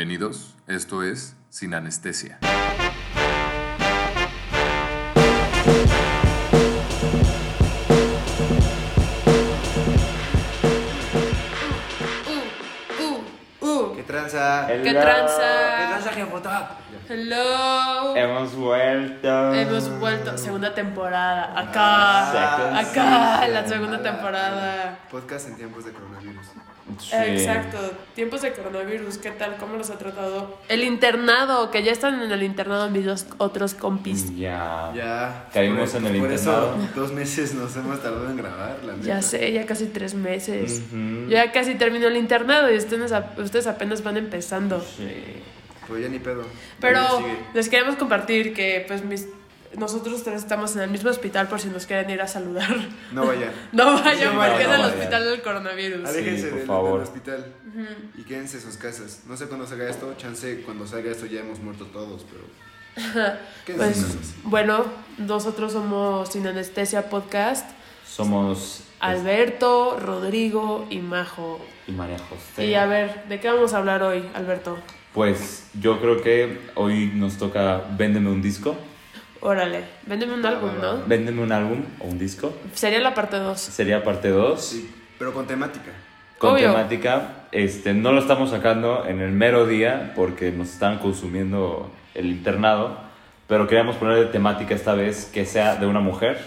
Bienvenidos, esto es Sin Anestesia. Uh, uh. ¿Qué tranza? ¿Qué Hello. tranza? tranza, jefota? Hello. Hemos vuelto. Hemos vuelto. Segunda temporada. Acá. Ah, Acá. sí. La segunda temporada. Podcast en tiempos de coronavirus. Sí. Eh, Exacto. Tiempos de coronavirus. ¿Qué tal? ¿Cómo los ha tratado? El internado. Que ya están en el internado mis dos otros compis. Ya. Ya. Caímos por- en el Por eso, internado. dos meses nos hemos tardado en grabar, la neta. Ya sé, ya casi tres meses. Ujú. Yo ya casi termino el internado y ustedes, ap- ustedes apenas van empezando. Sí. Pero Pues ya ni pedo. Pero Ahí sigue. les queremos compartir que pues mis, nosotros tres estamos en el mismo hospital por si nos quieren ir a saludar. No vayan. No vayan No porque vayan, es no el vayan. hospital del coronavirus. ver. Aléjense por del, del favor. hospital y quédense en sus casas. No sé cuándo salga esto, chance cuando salga esto ya hemos muerto todos, pero. Quédense en sus Pues casas. bueno, nosotros somos Sin Anestesia Podcast. Somos Alberto, Rodrigo y Majo. y María José. Y a ver, ¿de qué vamos a hablar hoy, Alberto? Pues yo creo que hoy nos toca véndeme un disco, Órale, véndeme Ah, un álbum, ¿no? véndeme un álbum o un disco. Sería la parte 2. Sería parte 2 Sí, pero con temática. con Obvio. temática. Este, no lo estamos sacando en el mero día porque nos están consumiendo el internado, pero queríamos poner de temática esta vez que sea de una mujer.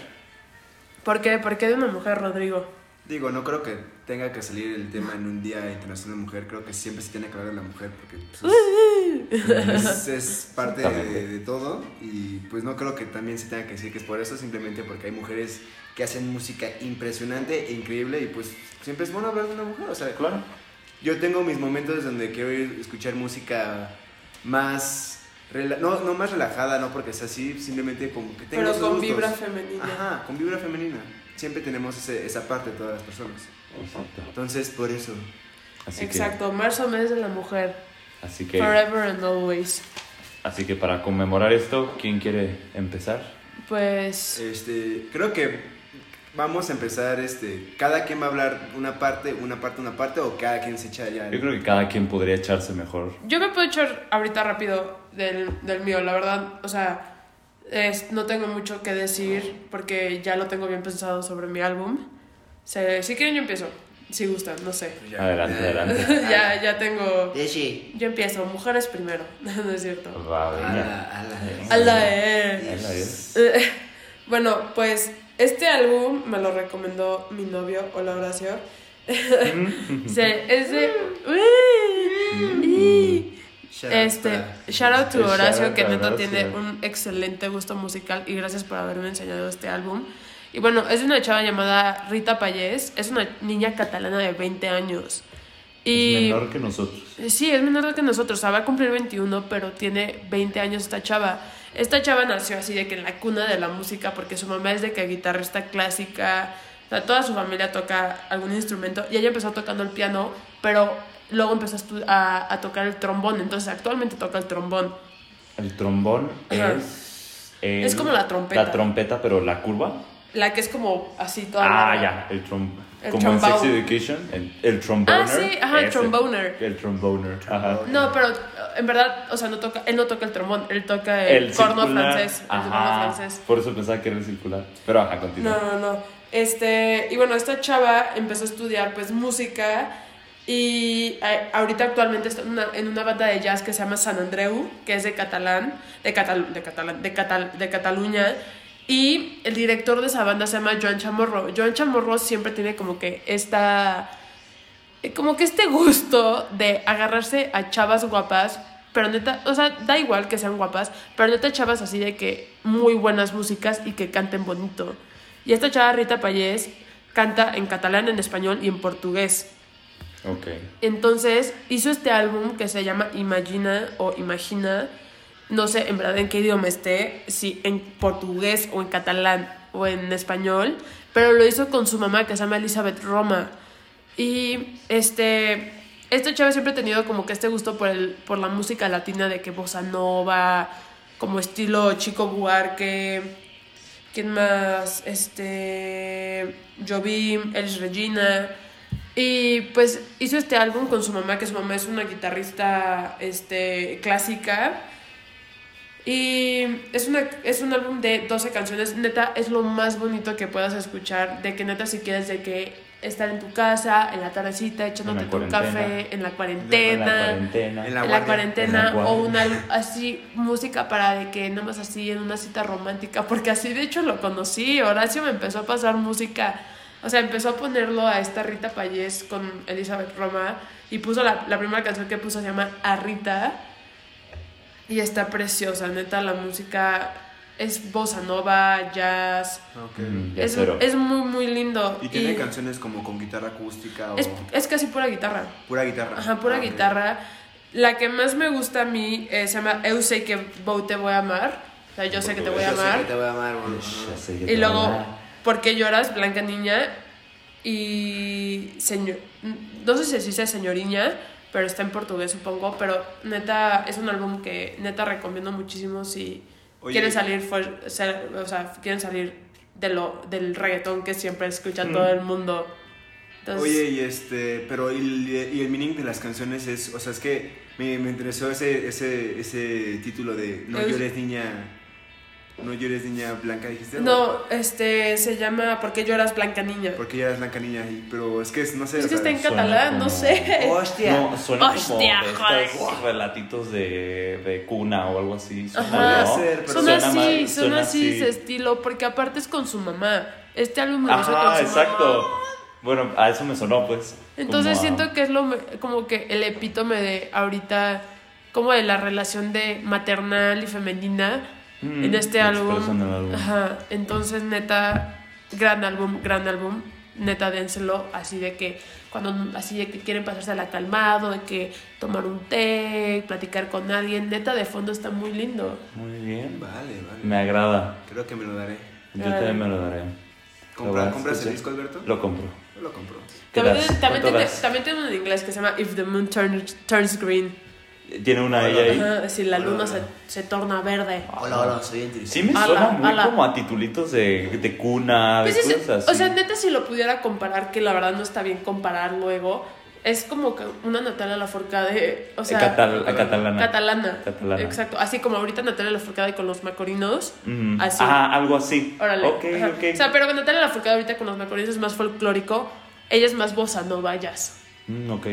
¿Por qué? ¿Por qué de una mujer, Rodrigo? Digo, no creo que tenga que salir el tema en un día internacional de la mujer. Creo que siempre se tiene que hablar de la mujer porque pues, es- es, es parte de, de todo y pues no creo que también se tenga que decir que es por eso, simplemente porque hay mujeres que hacen música impresionante e increíble y pues siempre es bueno hablar de una mujer, o sea, Claro. yo tengo mis momentos donde quiero ir a escuchar música más, rela- no, no más relajada, no porque sea así, simplemente como que tengo Pero esos con gustos. vibra femenina. Ajá, con vibra femenina. Siempre tenemos ese- esa parte de todas las personas. Exacto. Entonces, por eso. Así Exacto, marzo mes de la mujer. Que, así que Forever and always. Así que para conmemorar esto, ¿quién quiere empezar? Pues Este, creo que vamos a empezar, este, cada quien va a hablar una parte, una parte, una parte, o cada quien se echa ya. Yo creo que cada quien podría echarse mejor. yo me puedo echar ahorita rápido del, del mío, la verdad. O sea, es- no tengo mucho que decir porque ya lo tengo bien pensado sobre mi álbum. Se- si quieren yo empiezo, si gustan, no sé. Ya. Adelante, Eh, adelante. ya, ya tengo... Deshi. Yo empiezo, mujeres primero, no es cierto. Va, Ah. venga. Ala, ala. Alda, eh. Ahí la ves. Eh, bueno, pues este álbum me lo recomendó mi novio, hola Horacio. Se- es de... Shout out Este, para- shout out to Shout Horacio, out que a neta Horacio. tiene un excelente gusto musical y gracias por haberme enseñado este álbum. Y bueno, es de una chava llamada Rita Payés, es una niña catalana de 20 años. Es Y menor que nosotros. Eh, Sí, es menor que nosotros, o sea, va a cumplir 21, pero tiene 20 años esta chava. Esta chava nació así de que en la cuna de la música, porque su mamá es de que guitarrista clásica, o sea, toda su familia toca algún instrumento, y ella empezó tocando el piano, pero luego empezó a estu- a, a tocar el trombón, entonces actualmente toca el trombón. El trombón Ajá. es. el- Es como la trompeta. La trompeta, pero la curva. La que es como así toda... Ah, larga. ya. El trom El como trombón. en Sex Education. El, el tromboner. Ah, sí, ajá, el Ese. tromboner. El tromboner. Ajá. No, pero eh, en verdad, o sea, no toca, él no toca el trombón, él toca el, El corno circular. francés. El corno Ajá. francés. Por eso pensaba que era el circular. Pero ajá, continúa. No, no, no. Este, y bueno, esta chava empezó a estudiar pues música y eh, ahorita actualmente está en una, en una banda de jazz que se llama San Andreu, que es de catalán, de Catal- de catalán, de Catal- de Cataluña. Y el director de esa banda se llama Joan Chamorro. Joan Chamorro siempre tiene como que esta eh, como que este gusto de agarrarse a chavas guapas, pero neta, o sea, da igual que sean guapas, pero neta chavas así de que muy buenas músicas y que canten bonito. Y esta chava Rita Payés canta en catalán, en español y en portugués. Ok. Entonces hizo este álbum que se llama Imagina o Imagina. No sé en verdad en qué idioma esté, si en portugués o en catalán o en español, pero lo hizo con su mamá que se llama Elizabeth Roma. Y este, este chava siempre ha tenido como que este gusto por, el, por la música latina de que bossa nova, como estilo Chico Buarque, ¿Quién más? Este. Jovim, Elis Regina. Y pues hizo este álbum con su mamá, que su mamá es una guitarrista este, clásica. Y es, una, es un álbum de 12 canciones. Neta, es lo más bonito que puedas escuchar. De que neta, si quieres, de que estar en tu casa, en la tardecita, echándote tu cuarentena. café, en la En la cuarentena. cuarentena. En la- En guardia. la cuarentena En la o una así música para de que nada más así en una cita romántica, porque así de hecho lo conocí, Horacio me empezó a pasar música, o sea, empezó a ponerlo a esta Rita Payés con Elizabeth Roma y puso la, la primera canción que puso se llama A Rita y está preciosa, neta, la música es bossa nova, jazz, Mm, ya es, cero. es muy muy lindo. Ah, Y tiene canciones como con guitarra acústica o es, es casi pura guitarra. pura guitarra. Ajá, pura Ah, ok. guitarra. La que más me gusta a mí eh, se llama Eu sé que vos te voy a amar. O sea, yo sé que te voy a Yo sé que amar. te voy a amar, bueno, Ya sé que Y te luego, va. ¿por qué lloras, Blanca Niña? Y señor, no sé si se dice señoriña, pero está en portugués, supongo. Pero neta, es un álbum que neta recomiendo muchísimo si Oye. quieren salir, fuer- ser- o sea, quieren salir de lo, del reggaetón que siempre escucha todo el mundo. Entonces, Oye, y este, pero y, el- y el meaning de las canciones es, o sea, es que me, me interesó ese, ese, ese título de No Es- llores niña, no llores niña blanca, dijiste. ¿o? No, este se llama ¿Por qué lloras blanca niña? Porque ya eres blanca niña, y- pero es que es- no sé. Es o que está sea, en suena catalán, como- no sé. Hostia. No, suena Hostia, como de joder. estos relatitos de, de cuna o algo así. Suena, Ajá. ¿no? Puede ser, pero Son Suena así, mal- son suena así ese estilo, porque aparte es con su mamá. Este álbum lo hizo con Ajá, su exacto. mamá. Bueno, a eso me sonó, pues. Entonces como a- siento que es lo me- como que el epítome de ahorita, como de la relación de maternal y femenina Mm, en este lo álbum. expresan en el álbum. Ajá. Entonces, neta, gran álbum, gran álbum. Neta, dénselo así de que cuando así de que quieren pasársela calmado, de que tomar un té, platicar con alguien, neta de fondo está muy lindo. Muy bien. Vale, vale. Me agrada. Creo que me lo daré. Yo Ay. también me lo daré. Lo voy Compra, a ¿Compras el escuchar. disco, Alberto? Lo compro. Yo lo compro. ¿Qué También, das? también, ¿Cuánto tiene, das? también tiene uno en inglés que se llama If the Moon Turn- Turns Green. Tiene una ella ahí. Ajá, si la luna Ah. Hola. se, se torna verde. Hola, hola, soy Andrew. Sí me Ala, suena muy ala. como a titulitos de, de cuna, de Pues es- cosas así. o sea, neta, si lo pudiera comparar, que la verdad no está bien comparar luego, es como que una Natalia Lafourcade, o sea, Catal- a Eh, catalana. catalana. Catalana. Exacto, así como ahorita Natalia Lafourcade con los macorinos, Ujú. así. Ah, algo así. Órale. Ok, Ajá. ok. O sea, pero Natalia Lafourcade ahorita con los macorinos es más folclórico, ella es más bossa no vayas. Mm, ok.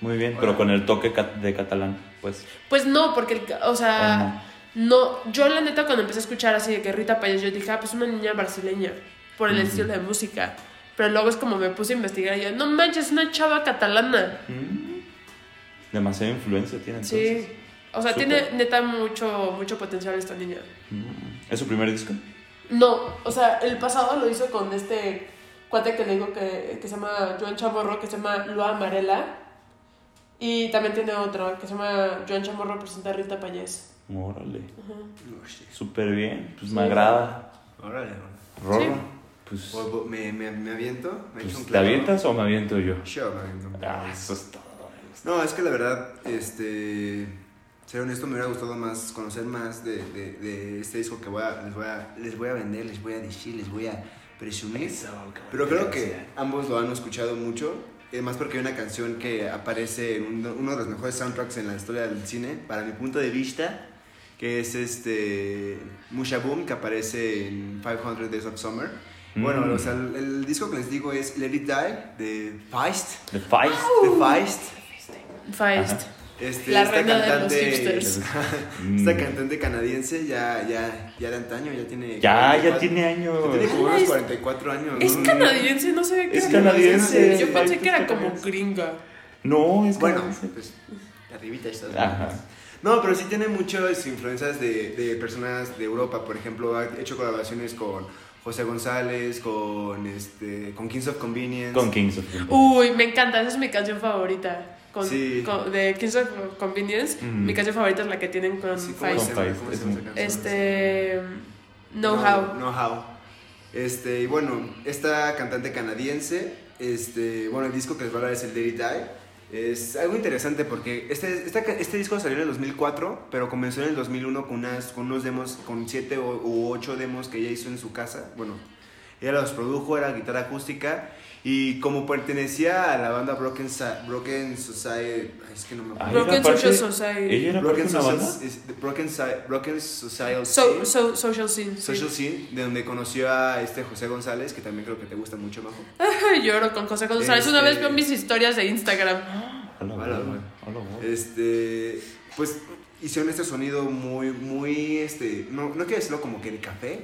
Muy bien, pero con el toque cat- de catalán, pues. Pues no, porque, el ca- o sea, no. yo la neta cuando empecé a escuchar así de que Rita Payas, yo dije, ah, pues una niña brasileña, por el estilo de música. Pero luego es como me puse a investigar y yo, no manches, una chava catalana. Mm. Demasiada influencia tiene entonces. Sí. O sea, Súper. tiene neta mucho, mucho potencial esta niña. Mm. ¿Es su primer disco? No, o sea, el pasado lo hizo con este cuate que le digo que, que se llama Joan Chamorro, que se llama Lua Amarela. Y también tiene otra que se llama Joan Chamorro presenta a Rita Payés. Órale. Hostia. Súper bien. Pues Sí. me agrada. Oh, Órale, órale. Rorro. Sí. Pues, O- o- ¿Me, me, me aviento? ¿Me echo un pues, ¿te clavo? avientas o me aviento yo? Sure, me aviento. Ah, eso es todo. No, es que la verdad, este. Ser honesto, me hubiera gustado más conocer más de, de, de este disco que voy a, les, voy a, les voy a vender, les voy a decir, les voy a presumir. Pero creo que ambos lo han escuchado mucho. eh, más porque hay una canción que aparece en uno, uno de los mejores soundtracks en la historia del cine, para mi punto de vista, que es este Musha Boom, que aparece en 500 Days of Summer. Bueno, Mm. o sea, el, el disco que les digo es Let It Die, de Feist. The Feist. De Feist. Feist. Este, La esta reina de los cantante, hipsters. Mm. Esta cantante canadiense ya, ya, ya de antaño, ya tiene. Ya, 44 ya tiene años. ya tiene como Ah, unos es- 44 años. Mm. Es ¿no? canadiense, no sé qué Es canadiense. Yo pensé que era Es como canadiense. gringa. No, es que Bueno, no sé. pues arribita estás. Ajá. No, pero sí tiene muchas influencias de, de personas de Europa. Por ejemplo, ha hecho colaboraciones con José González, con este, con Kings of Convenience. Con Kings of Convenience. Uy, me encanta, esa es mi canción favorita. Con, Sí. con- de Kings of Convenience, Ujú. mi canción favorita es la que tienen con Sí, ¿cómo Feist. se Con llama? Feist, ¿Cómo se es llama muy- esa canción? Este. Know How. Know How. Este, y bueno, esta cantante canadiense, este, bueno, el disco que les voy a hablar es el Dirty Die. Es algo interesante porque este, esta ca- este disco salió en el 2004, pero comenzó en el 2001 con, unas, con unos demos, con 7 u 8 demos que ella hizo en su casa. Bueno, Ella los produjo, era guitarra acústica. Y como pertenecía a la banda Broken, Sa- Broken Society. ay, es que no me Ah, acuerdo. ella Broken era parte- Social Society. Ella era parte Broken, de una Social- banda. es- Broken, Sa- Broken Society. So- so- social Scene. sí. Social Scene, de donde conoció a este José González, que también creo que te gusta mucho, Majo. Lloro con José González. Una Este- vez veo mis historias de Instagram. Hola, Hola, güey. güey. Hola, güey. Este, pues hicieron este sonido muy, muy, este, no, no quiero decirlo como que de café,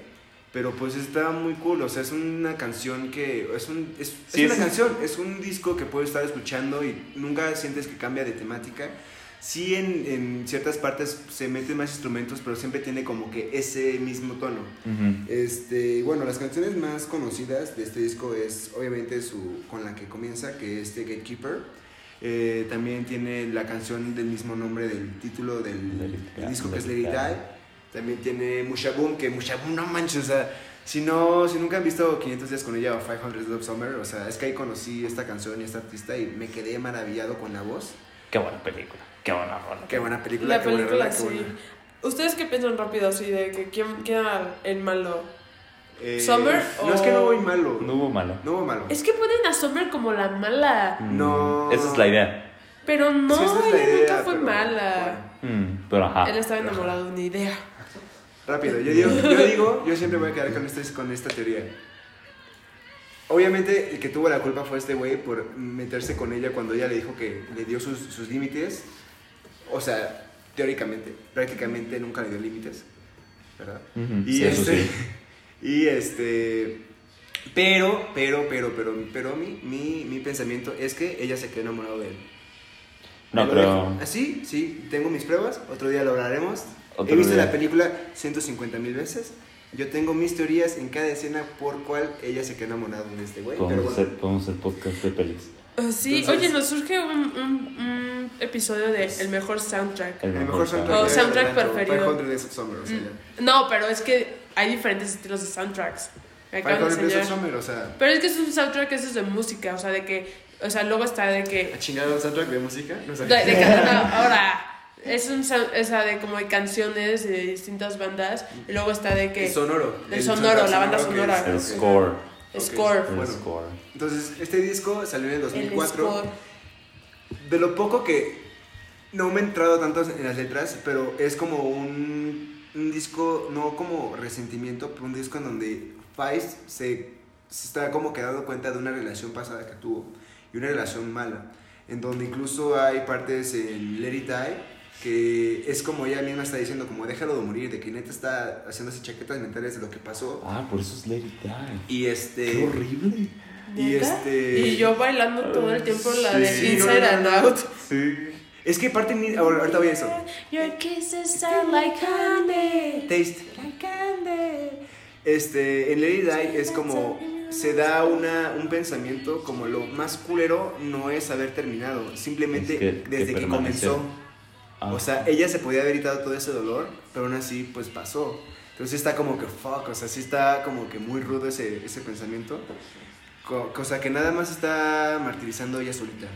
pero pues está muy cool, o sea, es una canción que, es, un, es, Sí, es es- una canción, es un disco que puedes estar escuchando y nunca sientes que cambia de temática. Sí en, en ciertas partes se meten más instrumentos, pero siempre tiene como que ese mismo tono. Ujú. Este, bueno, las canciones más conocidas de este disco es obviamente su con la que comienza, que es The Gatekeeper. Eh, también tiene la canción del mismo nombre del título del, Let It del Die, disco que Let es It Let It Die. Die. También tiene Mushaboom, que Mushaboom no manches, o sea, si no, si nunca han visto 500 días con ella o 500 Love Summer, o sea, es que ahí conocí esta canción y esta artista y me quedé maravillado con la voz. Qué buena película. Qué buena rola. Qué buena película, La qué buena película, rola, qué sí. buena. ¿Ustedes qué piensan rápido así de que quién queda el malo? Eh, ¿Summer No es que no o- voy malo. No hubo malo. No voy malo. Es que ponen a Summer como la mala, Mm, No. Esa es la idea. pero no, Sí, esa es la ella idea, nunca fue pero, bueno. mala. Mm, pero ajá. Él estaba enamorado de una idea. Rápido, yo digo, yo digo, yo siempre voy a quedar con, este- con esta teoría. Obviamente, el que tuvo la culpa fue este güey por meterse con ella cuando ella le dijo que le dio sus, sus límites. O sea, teóricamente, prácticamente nunca le dio límites, ¿verdad? Ujú, Y Mm, sí, eso este. sí. Y este. Pero, pero, pero, pero, pero mi, mi, mi pensamiento es que ella se quedó enamorada de él. No, Me lo pero. dejo. Ah, sí, sí, tengo mis pruebas, otro día lo hablaremos. Otro He visto día. la película 150 mil veces. Yo tengo mis teorías en cada escena por cual ella se queda enamorada de este güey. Pero Podemos bueno, hacer, podemos hacer podcast de pelis. Ah, sí, Entonces- Pues oye, nos surge un, un- un episodio de el mejor soundtrack. El el mejor mejor soundtrack. Oh, soundtrack. soundtrack de Atlanta, preferido. Mm. 500 Days of Summer, o sea, ya. No, pero es que hay diferentes estilos de soundtracks. Me acaban de 500 Days of enseñar. Summer, o sea, Pero es que es un soundtrack eso es de música, o sea, de que, o sea, luego está de que a chingar al soundtrack de música. No De, sabía. de cada- ahora, es un sound- o sea, de como de canciones de distintas bandas. Y luego está de que. El sonoro. El sonoro, la banda sonoro que sonora. es- El ok. score. Ok, Score. El bueno. score. Entonces, este disco salió en el el 2004. score. De lo poco que no me he entrado tanto en las letras, pero es como un, un disco, no como resentimiento, pero un disco en donde Feist se, se está como que dando cuenta de una relación pasada que tuvo y una relación mala, en donde incluso hay partes en Let It Die que es como ella misma está diciendo, como déjalo de morir, de que neta está haciéndose chaquetas mentales de lo que pasó. Ah, por eso es Lady Die. Y este... Qué horrible. Y ¿Neta? este- Y yo bailando todo el tiempo la de Sí. Inside and Out. Sí. Es que parte... ni- ahor- Ahorita voy a eso. Your kisses are like honey. Taste. Este, en Lady Di es como se da una, un pensamiento como lo más culero no es haber terminado, simplemente Es que- que desde que, permaneció. comenzó. Ah, O sea, ella se podía haber evitado todo ese dolor, pero aún así pues pasó. Entonces está como que fuck, o sea, sí está como que muy rudo ese, ese pensamiento. Co- cosa que nada más está martirizando ella solita.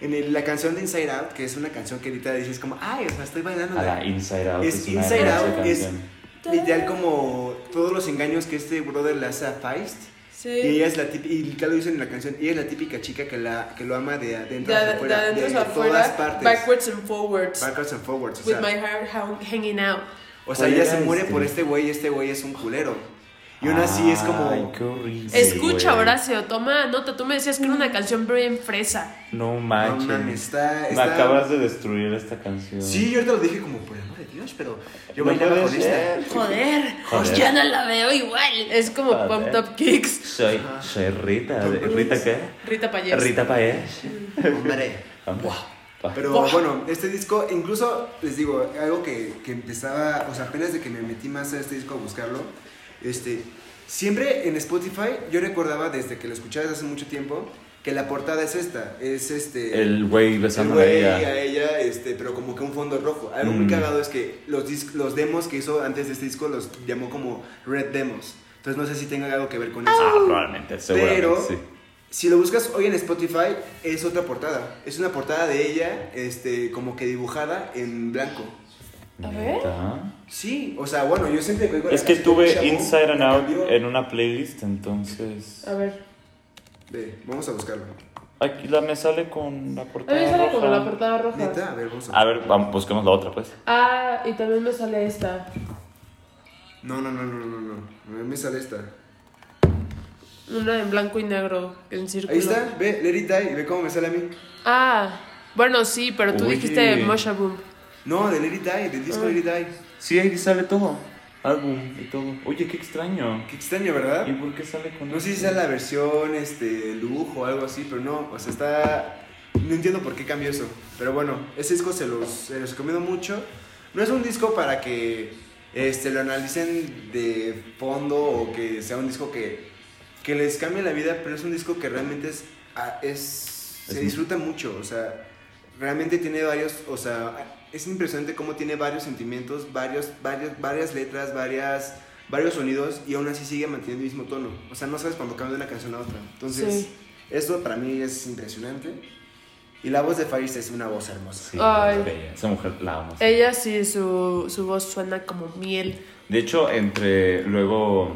En el- la canción de Inside Out, que es una canción que ahorita dices como, ay, o sea, estoy bailando. a la- la Inside Out. Es una Inside hermosa Out, es- canción. Literal como todos los engaños que este brother le hace a Feist. Sí. Y ella es la típica, y ya lo dicen en la canción, ella es la típica chica que, la, que lo ama de De, adentro hacia de, afuera, adentro de, hacia todas afuera, partes. backwards and forwards. Backwards and forwards, o with sea, my heart hang- hanging out. o sea, Oye, ella se este- muere por este güey y este güey es un culero. Y aún así es Ay, como... qué horrible. Escucha, güey. Horacio, toma nota. Tú me decías que era una canción bien fresa. No No manches. mames, está, Me está- acabas de destruir esta canción. Sí, yo ahorita lo dije como, por el amor de Dios, pero yo No bailaba puede con esta. ser. Joder, Joder. ya no la veo igual. Es como Joder. Pump Top Kicks. Soy, soy Rita. de- ¿Rita qué? Rita Payés. Rita Paez. Hombre. Pero Buah. bueno, este disco, incluso les digo, algo que, que empezaba, o sea, apenas de que me metí más a este disco a buscarlo, este, siempre en Spotify yo recordaba desde que lo escuchaba desde hace mucho tiempo que la portada es esta, es este... El güey el besando a güey ella. a ella, este, pero como que un fondo rojo. Algo Mm. muy cagado es que los, dis- los demos que hizo antes de este disco los llamó como Red Demos. Entonces no sé si tenga algo que ver con eso. Ah, probablemente, seguramente, Pero- sí. Si lo buscas hoy en Spotify, es otra portada. Es una portada de ella, este, como que dibujada en blanco. A ver. ¿Neta? Sí, o sea, bueno, yo siempre que oigo la Es que canción del tuve Chavo, Inside and la Out cambio en una playlist, entonces. A ver. de- vamos a buscarlo. Aquí la me sale con la A mí me portada. sale como roja. la portada roja. Neta, a ver, vamos a A ver, vamos, busquemos la otra, pues. Ah, y también me sale esta. No, no, no, no, no, no, no. A mí Me sale esta. Una en blanco y negro, en círculo. Ahí está, ve, let it die y ve cómo me sale a mí. Ah, bueno, sí, pero tú Oye. dijiste Mosha Boom. No, de let it die, del disco let it die. Sí, ahí sale todo. Álbum y todo. Oye, qué extraño. Qué extraño, ¿verdad? ¿Y por qué sale con No sé si eso? sea la versión, este, lujo o algo así, pero no, o sea, está... No entiendo por qué cambió eso, pero bueno, ese disco se los, se los recomiendo mucho. No es un disco para que este, lo analicen de fondo o que sea un disco que, que les cambie la vida, pero es un disco que realmente es, a- es, Es se un- disfruta mucho, o sea, realmente tiene varios, o sea, es impresionante cómo tiene varios sentimientos, varios, varios, varias letras, varias, varios sonidos y aún así sigue manteniendo el mismo tono. O sea, no sabes cuando cambia de una canción a otra. Entonces, Sí. esto para mí es impresionante. Y la voz de Faris es una voz hermosa. Sí, Ay. es bella. Esa mujer la amo. Ella sí, su, su voz suena como miel. De hecho, entre luego,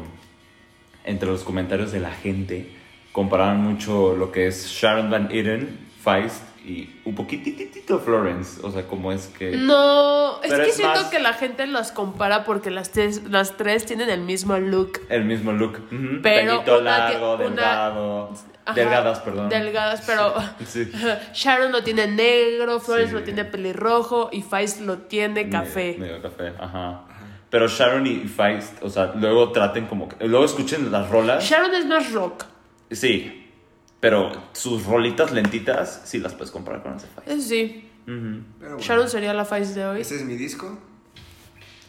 entre los comentarios de la gente, comparaban mucho lo que es Sharon Van Eeren, Feist y un poquititito Florence. O sea, como es que... No, es Pero que es siento más- que la gente las compara porque las tres, las tres tienen el mismo look. El mismo look. Ujú, Pero Pelito una que- largo, una- delgado. Ajá, delgadas, perdón. Delgadas, pero Sí. Sharon lo tiene negro, Flores Sí. lo tiene pelirrojo y Faiz lo tiene café. Medio, medio café, ajá. Pero Sharon y Feist, o sea, luego traten como... que- Luego escuchen las rolas. Sharon es más rock. Sí. Pero sus rolitas lentitas, sí las puedes comparar con ese Feist. Eso sí, Ujú. Pero bueno, Sharon sería la Faiz de hoy. este es mi disco.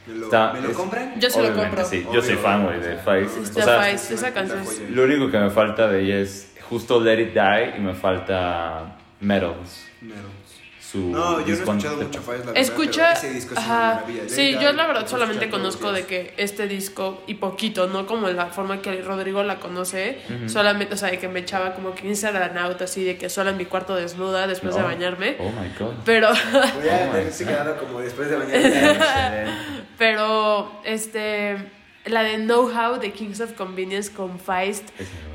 ¿Me lo, Está- ¿me lo es- compran? Pues, Yo se lo Obviamente, compro. sí. Yo soy fan, güey, de Faith. Este, O sea, Faith, esa canción es- Lo único que me falta de ella es justo Let It Die y me falta Metals. Su No, yo no he disco escuchado ante- mucho Faris, la verdad, Escucha, pero ese disco es ajá, una maravilla. Let sí, It yo Die, la verdad lo solamente escucho todos los conozco de días. que este disco y poquito, no como la forma que Rodrigo la conoce, solamente, o sea, de que me echaba como 15 granautas así de que sola en mi cuarto desnuda después de No. bañarme, Oh my god. pero Voy a tenerse quedado como después de mañana. pero este la de Know How de Kings of Convenience con Feist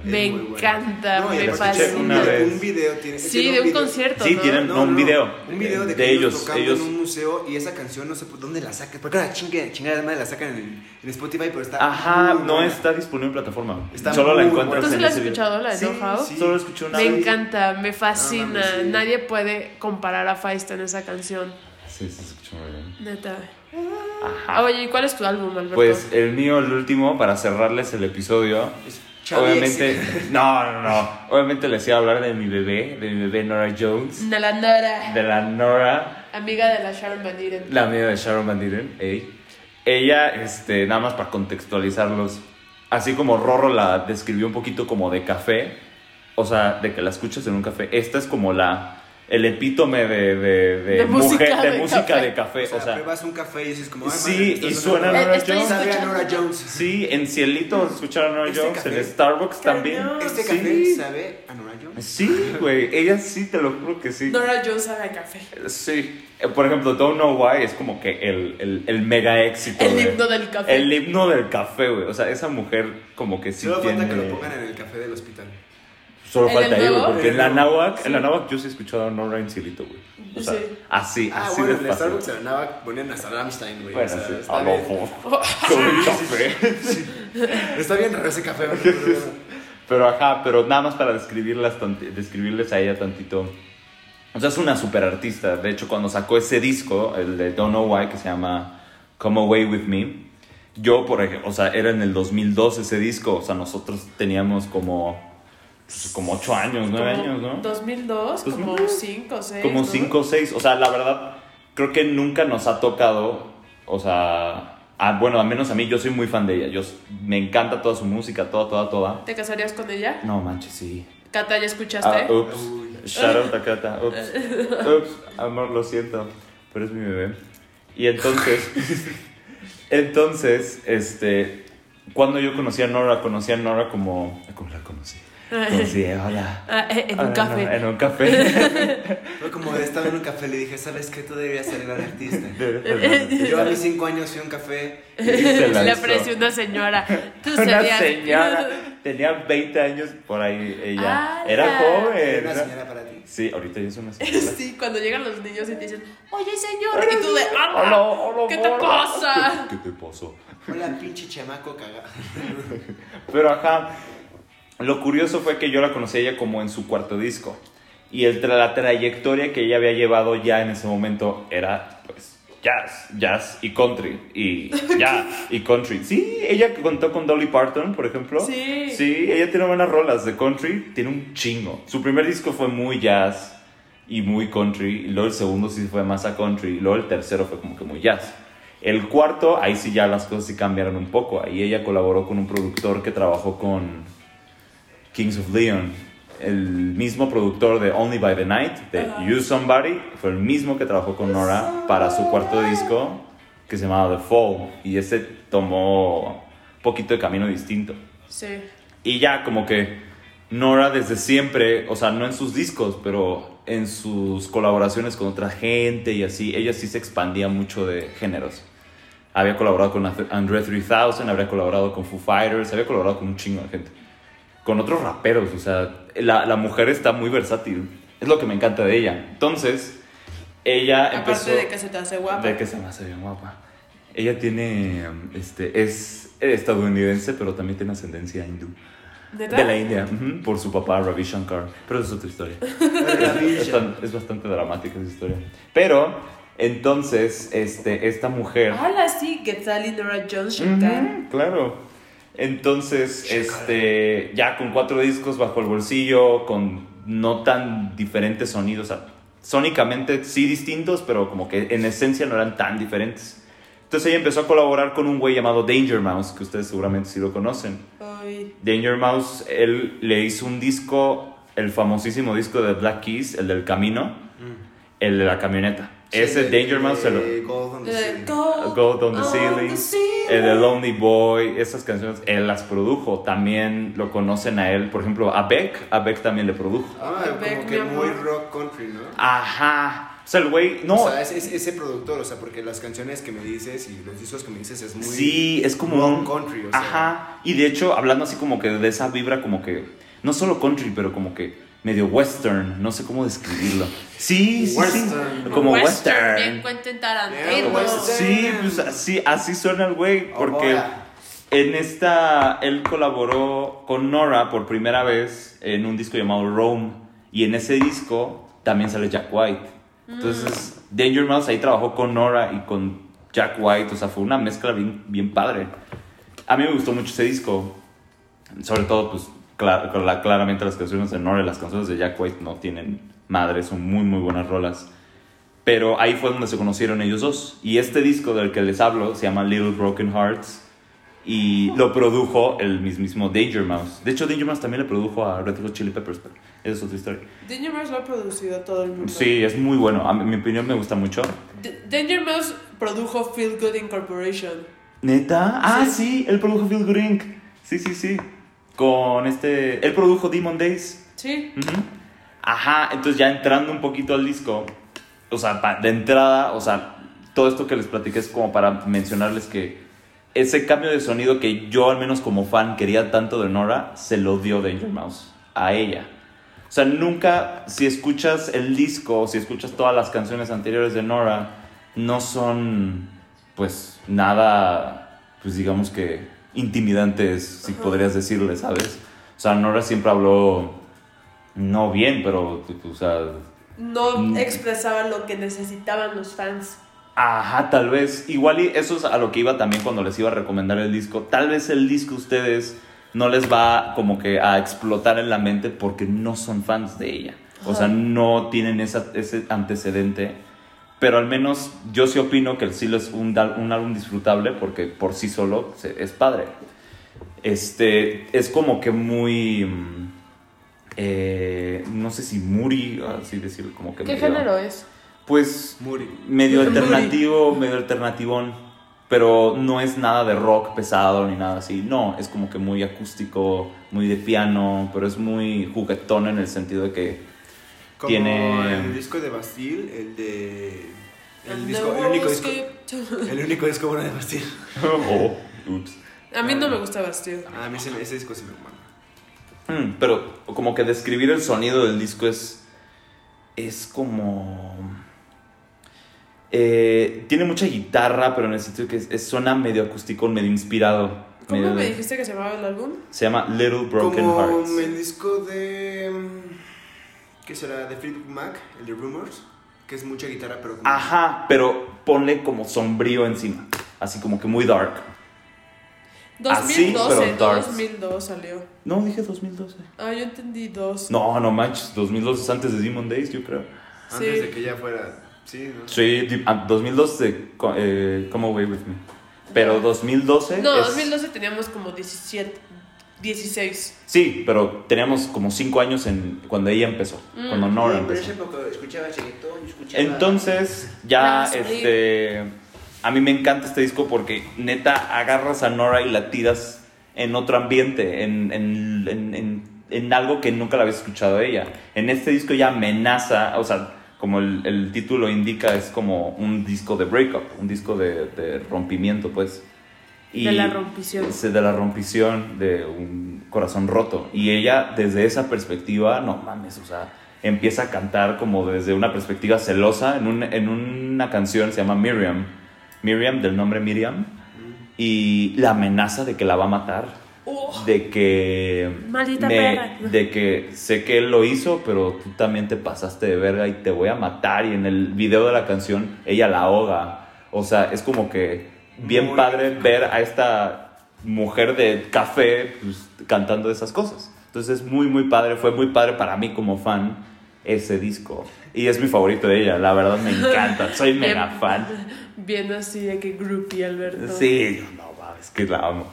me Es muy buena. encanta, No, y me aparte tiene un una fascina. video- vez. Un video tiene. Sí, tiene de un video- concierto, Sí, ¿no? tienen- no, un video. Un video de, De que ellos ellos, tocando ellos- en un museo y esa canción no sé por dónde la sacan. Porque la chingue, chingada madre la sacan en, en Spotify, pero está. Ajá, muy no buena. está disponible en plataforma. Está Solo la muy encuentras buena. ¿Tú sí en la has ese video. escuchado, la de Sí, Know How? sí. Solo escuché una Me vez. encanta, me fascina. No mames, sí. Nadie puede comparar a Feist en esa canción. Sí, se escuchó muy bien. Neta. Ajá. Ah, oye, ¿y cuál es tu álbum, Alberto? Pues el mío, el último, para cerrarles el episodio. Es Charlie Obviamente, no, no, no. Obviamente les iba a hablar de mi bebé, de mi bebé Nora Jones, De la Nora, de la Nora. amiga de la Sharon Van Eeren. La amiga de Sharon Van Dieren, ey. Ella, este, nada más para contextualizarlos, así como Rorro la describió un poquito como de café, o sea, de que la escuchas en un café, esta es como la, el epítome de, de, de De música mujer- de, de música café. de café, O sea, vas a un café y dices como. Sí, madre, y esto suena no- Nora estoy Jones. Sabe a escuchando- Nora Jones. Sí, en Cielito escucharon a Nora Este Jones, café. en Starbucks también. Cañón. Este sí. café sabe a Nora Jones. Sí, güey, ella sí, te lo juro que sí. Nora Jones sabe a café. Sí, Eh, por ejemplo, Don't Know Why es como que el, el, el mega éxito. El de- himno del café. El himno del café, güey. O sea, esa mujer como que sí Solo tiene... falta que lo pongan en el café del hospital. Solo ¿En el falta ahí, nuevo? güey, porque en la En el nuevo. náhuac, en la náhuac yo sí he escuchado a Nora en Silito, güey. O sea, Sí. así, Ah, así bueno, en de el fácil. Starbucks se ganaba, ponían hasta Rammstein, güey. Bueno, o sea, sí, está, a lo bien, fondo, Oh. con el café. está bien raro ese café, güey, pero bueno. Pero ajá, pero nada más para describirlas tant- describirles a ella tantito. O sea, es una super artista. De hecho, cuando sacó ese disco, el de Don't Know Why, que se llama Come Away With Me, yo, por ejemplo, o sea, era en el 2002 ese disco. O sea, nosotros teníamos como, pues, como 8 años, 9 Como años, ¿no? 2002, como 2002. 5 o 6. como 5 o 6. O sea, la verdad, creo que nunca nos ha tocado. O sea, ah, bueno, al menos a mí, yo soy muy fan de ella. Yo, s- me encanta toda su música, toda, toda, toda. ¿Te casarías con ella? No manches, sí. Cata, ¿ya Ah, escuchaste? ups. Uy. Sharon Takata. Ups. Ups. Amor, lo siento. Pero es mi bebé. Y entonces. entonces, este. Cuando yo conocí a Nora, conocí a Nora como. ¿Cómo la conocí? Como si, hola. Ah, eh, en Hola, un café. En un café. Fue como estaba en un café, le dije, ¿sabes qué? Tú deberías ser gran artista. Una Yo a mis cinco años fui a un café. Se lanzó. Le apareció una señora. Tú serías- señora. Tenía 20 años por ahí ella. Ala. Era joven. Una ¿no? señora para ti. Sí, ahorita ya es una señora. Sí, cuando llegan los niños y te dicen, oye señor, y tú de, "Ah, Hola, hola, ¿qué te hola. pasa? ¿Qué, qué te pasó? Hola, pinche chamaco cagado. Pero ajá, lo curioso fue que yo la conocí a ella como en su cuarto disco. Y el, tra- la trayectoria que ella había llevado ya en ese momento era, pues, jazz, jazz y country. Y jazz y country. Sí, ella contó con Dolly Parton, por ejemplo. Sí. Sí, ella tiene buenas rolas de country, tiene un chingo. Su primer disco fue muy jazz y muy country. Y luego el segundo sí fue más a country. Y luego el tercero fue como que muy jazz. El cuarto, ahí sí ya las cosas sí cambiaron un poco. Ahí ella colaboró con un productor que trabajó con Kings of Leon. El mismo productor de Only by the Night, de You Somebody, fue el mismo que trabajó con Nora para su cuarto disco que se llamaba The Fall. Y ese tomó un poquito de camino distinto. Sí. Y ya como que Nora desde siempre, o sea, no en sus discos, pero en sus colaboraciones con otra gente y así, ella sí se expandía mucho de géneros. Había colaborado con Ath- André 3000, había colaborado con Foo Fighters, había colaborado con un chingo de gente. Con otros raperos, o sea, la, la mujer está muy versátil. Es lo que me encanta de ella. Entonces, ella Ah, empezó... Aparte de que se te hace guapa. De que se me hace bien guapa. Ella tiene, um, este, es estadounidense, pero también tiene ascendencia hindú. ¿Neta? De la India, ujú, por su papá Ravi Shankar. Pero eso es otra historia. es, tan- es bastante dramática esa historia. Pero, entonces, este, esta mujer... Hola, sí, Getzali Nora Jones Ujú, Shankar. claro. Entonces, este, ya con cuatro discos bajo el bolsillo, con no tan diferentes sonidos, o sea, sónicamente sí distintos, pero como que en esencia no eran tan diferentes. Entonces ella empezó a colaborar con un güey llamado Danger Mouse, que ustedes seguramente sí lo conocen. Ay, Danger Mouse, él le hizo un disco, el famosísimo disco de Black Keys, el del camino, el de la camioneta. Ese Danger Mouse se lo... Gold on the eh, Ceiling. Gold, Gold on Oh, the Ceiling, el de ceiling. Lonely Boy, esas canciones él las produjo, también lo conocen a él, por ejemplo, a Beck, a Beck también le produjo. Ah, Beck, como mi que amor. muy rock country, ¿no? Ajá, o sea, el güey, Ah, no, O sea, es, es- ese productor, o sea, porque las canciones que me dices y los discos que me dices es muy. sí, es como rock un... country, o sea. Ajá, y de hecho, hablando así como que de esa vibra como que, no solo country, pero como que medio western, no sé cómo describirlo. Sí, sí, sí, Western. como Western. Bien western. Quentin Bien, Tarantino. western. Sí, pues así, así suena el güey, porque... Ahora. En esta, él colaboró con Nora por primera vez en un disco llamado Rome. Y en ese disco también sale Jack White. Entonces, Danger Mouse ahí trabajó con Nora y con Jack White. O sea, fue una mezcla bien, bien padre. A mí me gustó mucho ese disco. Sobre todo, pues, cla- con la- claramente las canciones de Nora y las canciones de Jack White no tienen madre. Son muy, muy buenas rolas. Pero ahí fue donde se conocieron ellos dos. Y este disco del que les hablo se llama Little Broken Hearts. Y lo produjo el mismísimo Danger Mouse. De hecho, Danger Mouse también le produjo a Red Hot Chili Peppers, pero esa es otra historia. Danger Mouse lo ha producido todo el mundo. Sí, es muy bueno. A mí- mi opinión me gusta mucho. D- Danger Mouse produjo Feel Good Incorporation. ¿Neta? Ah, sí, él produjo Phil Green. Sí, sí, sí. Con este. Él produjo Demon Days. Sí. Ujú. Ajá, entonces ya entrando un poquito al disco, o sea, pa- de entrada, o sea, todo esto que les platiqué es como para mencionarles que ese cambio de sonido que yo al menos como fan quería tanto de Nora, se lo dio Danger Mouse a ella. O sea, nunca, si escuchas el disco, o si escuchas todas las canciones anteriores de Nora, no son, pues, nada, pues digamos que intimidantes, si podrías decirle, ¿sabes? O sea, Nora siempre habló no bien, pero, t- t- o sea, No Mm. expresaba lo que necesitaban los fans. ajá, tal vez. Igual y eso es a lo que iba también cuando les iba a recomendar el disco. Tal vez el disco a ustedes no les va como que a explotar en la mente porque no son fans de ella. O sea, Ajá. no tienen esa- ese antecedente. Pero al menos yo sí opino que el Silo es un, dal- un álbum disfrutable porque por sí solo se- es padre. Este, es como que muy... mm, eh, no sé si Muri, así decirlo, como que... medio- es? Pues Muri. medio Muri. alternativo, medio alternativón. pero no es nada de rock pesado ni nada así. No, es como que muy acústico, muy de piano, pero es muy juguetón en el sentido de que Como Tiene- el disco de Bastille, el de... El, And disco, the el único world disco... escaped. El único disco bueno de Bastille. Oh, ups. A mí no me gusta Bastille. Ah, a mí ese, ese disco se me mama. Mm, pero como que describir el sonido del disco es. Es como. eh, tiene mucha guitarra, pero en el sentido que es- es- suena medio acústico, medio inspirado. ¿Cómo medio- me dijiste que se llamaba el álbum? Se llama Little Broken Como Hearts. el disco de... mm, ¿Qué será? De Fleetwood Mac, el de Rumors, que es mucha guitarra, pero... como- Ajá, pero ponle como sombrío encima. Así como que muy dark. Así, 2012, Ah, pero dark. 2002 salió. No, dije 2012. Ah, yo entendí dos. No, no manches, 2012 es antes de Demon Days, yo creo. Antes Sí. de que ya fuera... Sí, ¿no? Sí, di- ah, 2012 de co- eh, Come Away With Me. Pero 2012 No, es- 2012 teníamos como 17, 16. Sí, pero teníamos como 5 años en, cuando ella empezó, cuando pero Nora empezó. esa época escuchaba reggaetón, escuchaba... Entonces, ya Las- este. A mí me encanta este disco porque neta agarras a Nora y la tiras en otro ambiente, en, en- en- en- en algo que nunca la había escuchado de ella. En este disco ya amenaza, o sea, como el, el título indica, es como un disco de breakup, un disco de, de rompimiento, pues. De la rompición. Sí, De la rompición, de un corazón roto. Y ella, desde esa perspectiva, no mames, o sea, empieza a cantar como desde una perspectiva celosa en, un- en una canción, se llama Miriam. Miriam, del nombre Miriam. Y la amenaza de que la va a matar. Oh. De que. Maldita me- perra. De que sé que él lo hizo, pero tú también te pasaste de verga y te voy a matar. Y en el video de la canción, ella la ahoga. O sea, es como que bien Muy padre bien. ver a esta mujer de café pues, cantando esas cosas. Entonces es muy, muy padre. Fue muy padre para mí como fan ese disco. Y es mi favorito de ella. La verdad me encanta. Soy mega Bien- fan. Viendo así de que groupie Alberto. Sí, yo, no mames, que la amo.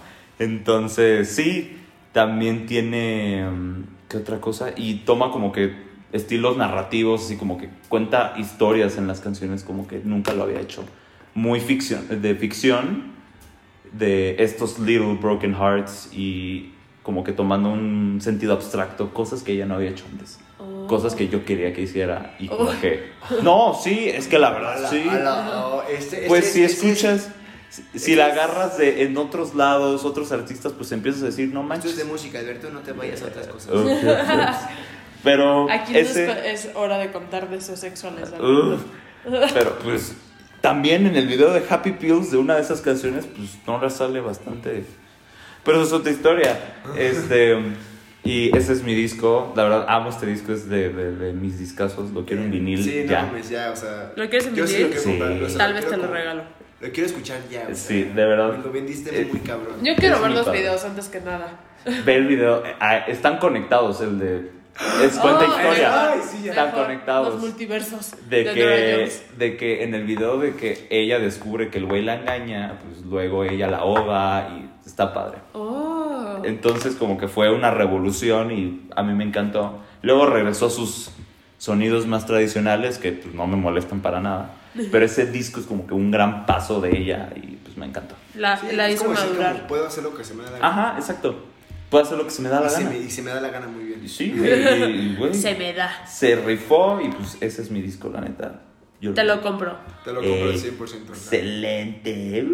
Entonces, sí, también tiene. mm, ¿Qué otra cosa? Y toma como que estilos narrativos, así como que cuenta historias en las canciones, como que nunca lo había hecho. Muy ficción, de ficción, de estos Little Broken Hearts y como que tomando un sentido abstracto, cosas que ella no había hecho antes. Oh. Cosas que yo quería que hiciera y como Oh. que... No, sí, es que la verdad, Ala, sí. ala, oh, este- Pues este- si este- escuchas, si- si la agarras de, en otros lados, otros artistas, pues empiezas a decir, no Esto es de manches. música, Alberto, no te vayas a otras cosas. Uf, uf, uf. Pero Aquí no ese... es, es hora de contar deseos sexuales. Alberto. uf, pero pues también en el video de Happy Pills de una de esas canciones, pues no la sale bastante. Pero eso es otra historia. Este, y ese es mi disco. La verdad, amo este disco, es de, de- de mis discazos. Lo quiero en vinil. Sí, no ya. mames, ya, o sea... ¿Lo quieres en yo sí vinil? lo quiero Sí. comprar, o sea, Tal vez quiero te lo comprar. regalo. Lo quiero escuchar ya, o sea, Sí, de verdad. Me lo vendiste Eh, muy cabrón. Yo quiero Es ver muy los padre. videos antes que nada. Ve el video. eh, ah, Están conectados el de. Es cuenta Oh, historia. ay, sí, ya. Están Mejor, Los conectados. multiversos de, De Nora que, Jones. de que en el video de que ella descubre que el güey la engaña, pues luego ella la ahoga y está padre. Oh. Entonces como que fue una revolución y a mí me encantó. Luego regresó a sus sonidos más tradicionales que pues, no me molestan para nada. Pero ese disco es como que un gran paso de ella y pues me encantó. La, Sí, la es hizo como decir, como, madurar. puedo hacer lo que se me da la gana. Ajá, exacto. Puedo hacer lo que se me da la y, se gana. me, y se me da la gana muy bien. Sí, güey, güey. Se me da. Se rifó y pues ese es mi disco, la neta. Yo Te lo compro. Te lo compro al Eh, 100%. ¿no? Excelente.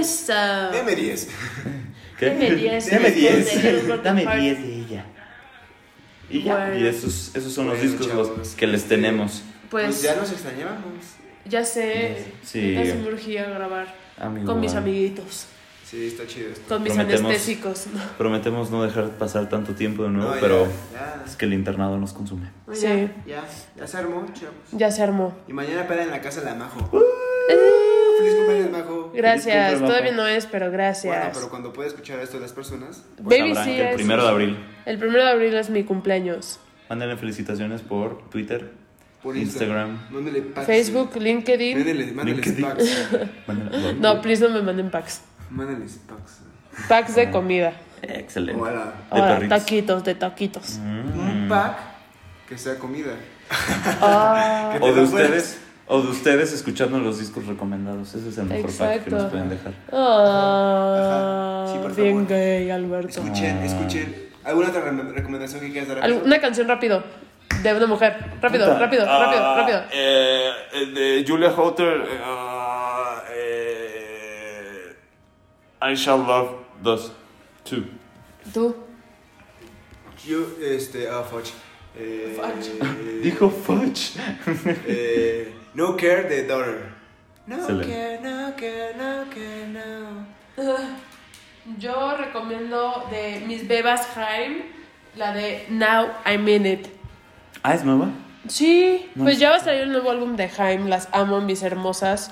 Eso. Deme 10. Dame 10. Dame Después de Little 10. Broken Dame Heart. 10 de ella. Y ya. Bueno. Y esos, esos son los Bueno, discos los chavos, que les este, tenemos. Pues, Pues ya nos extrañábamos. ya sé. Sí. Ya se me urgía grabar Amigo, con mis bueno. amiguitos. Sí, está chido esto. Con mis Prometemos- anestésicos. Prometemos no dejar pasar tanto tiempo de nuevo, No, ya, pero Ya, es que el internado nos consume. No, ya, Sí. ya, ya se armó, chavos. Ya se armó. Y mañana para en la casa de la Majo. Feliz cumpleaños, Majo. Gracias. Disculpa, Todavía Rafa. no es, pero Bueno, gracias. pero cuando pueda escuchar esto de las personas, Pues Baby sabrán sí que el es- primero de abril. El primero de abril es mi cumpleaños. Mándenle felicitaciones por Twitter, por Instagram. Mándele packs. Facebook, LinkedIn. Mándele, mándales LinkedIn. packs. Mándenle- No, please no me manden packs. Mándales packs. Packs de comida. Excelente. Hola. Ah. De Ahora, perritos. taquitos, de taquitos. Mm. Un pack que sea comida. Ah, Que te O de lo fueras. ustedes, O de ustedes escuchando los discos recomendados. Ese es el mejor pack que Exacto. nos pueden dejar. Ah, Ajá. Sí, por bien favor. gay, Alberto. Escuchen, Ah. escuchen. ¿Alguna otra re- recomendación que quieras dar? Al- Una canción rápido. De una mujer. Rápido, Puta. rápido, Ah, rápido, rápido. eh, eh, de Julia Houter. eh, ah, eh, I Shall Love 2. Two. Tú. Yo, este, ah, Fudge. Eh, Fudge. eh, Dijo Fudge. eh, no Care de Daughter. No Excelente. Care, no Care, no Care, no. Yo recomiendo de Mis Bebas Jaime la de Now I'm In It. Ah, es nueva. Sí, No pues sé. ya va a salir el nuevo álbum de Jaime, Las Amo, Mis Hermosas.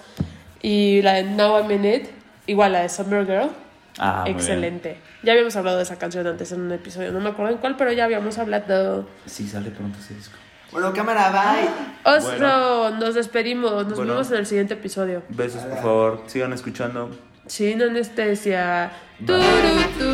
Y la de Now I'm In It, igual la de Summer Girl. Ah, muy bien. Excelente. Ya habíamos hablado de esa canción antes en un episodio, no me acuerdo en cuál, pero ya habíamos hablado. Sí, sale pronto ese disco. Bueno, cámara, bye. Ostro, Bueno. nos despedimos, nos Bueno. vemos en el siguiente episodio. Besos, por favor. Sigan escuchando. Sin anestesia. Bye. Turu, turu.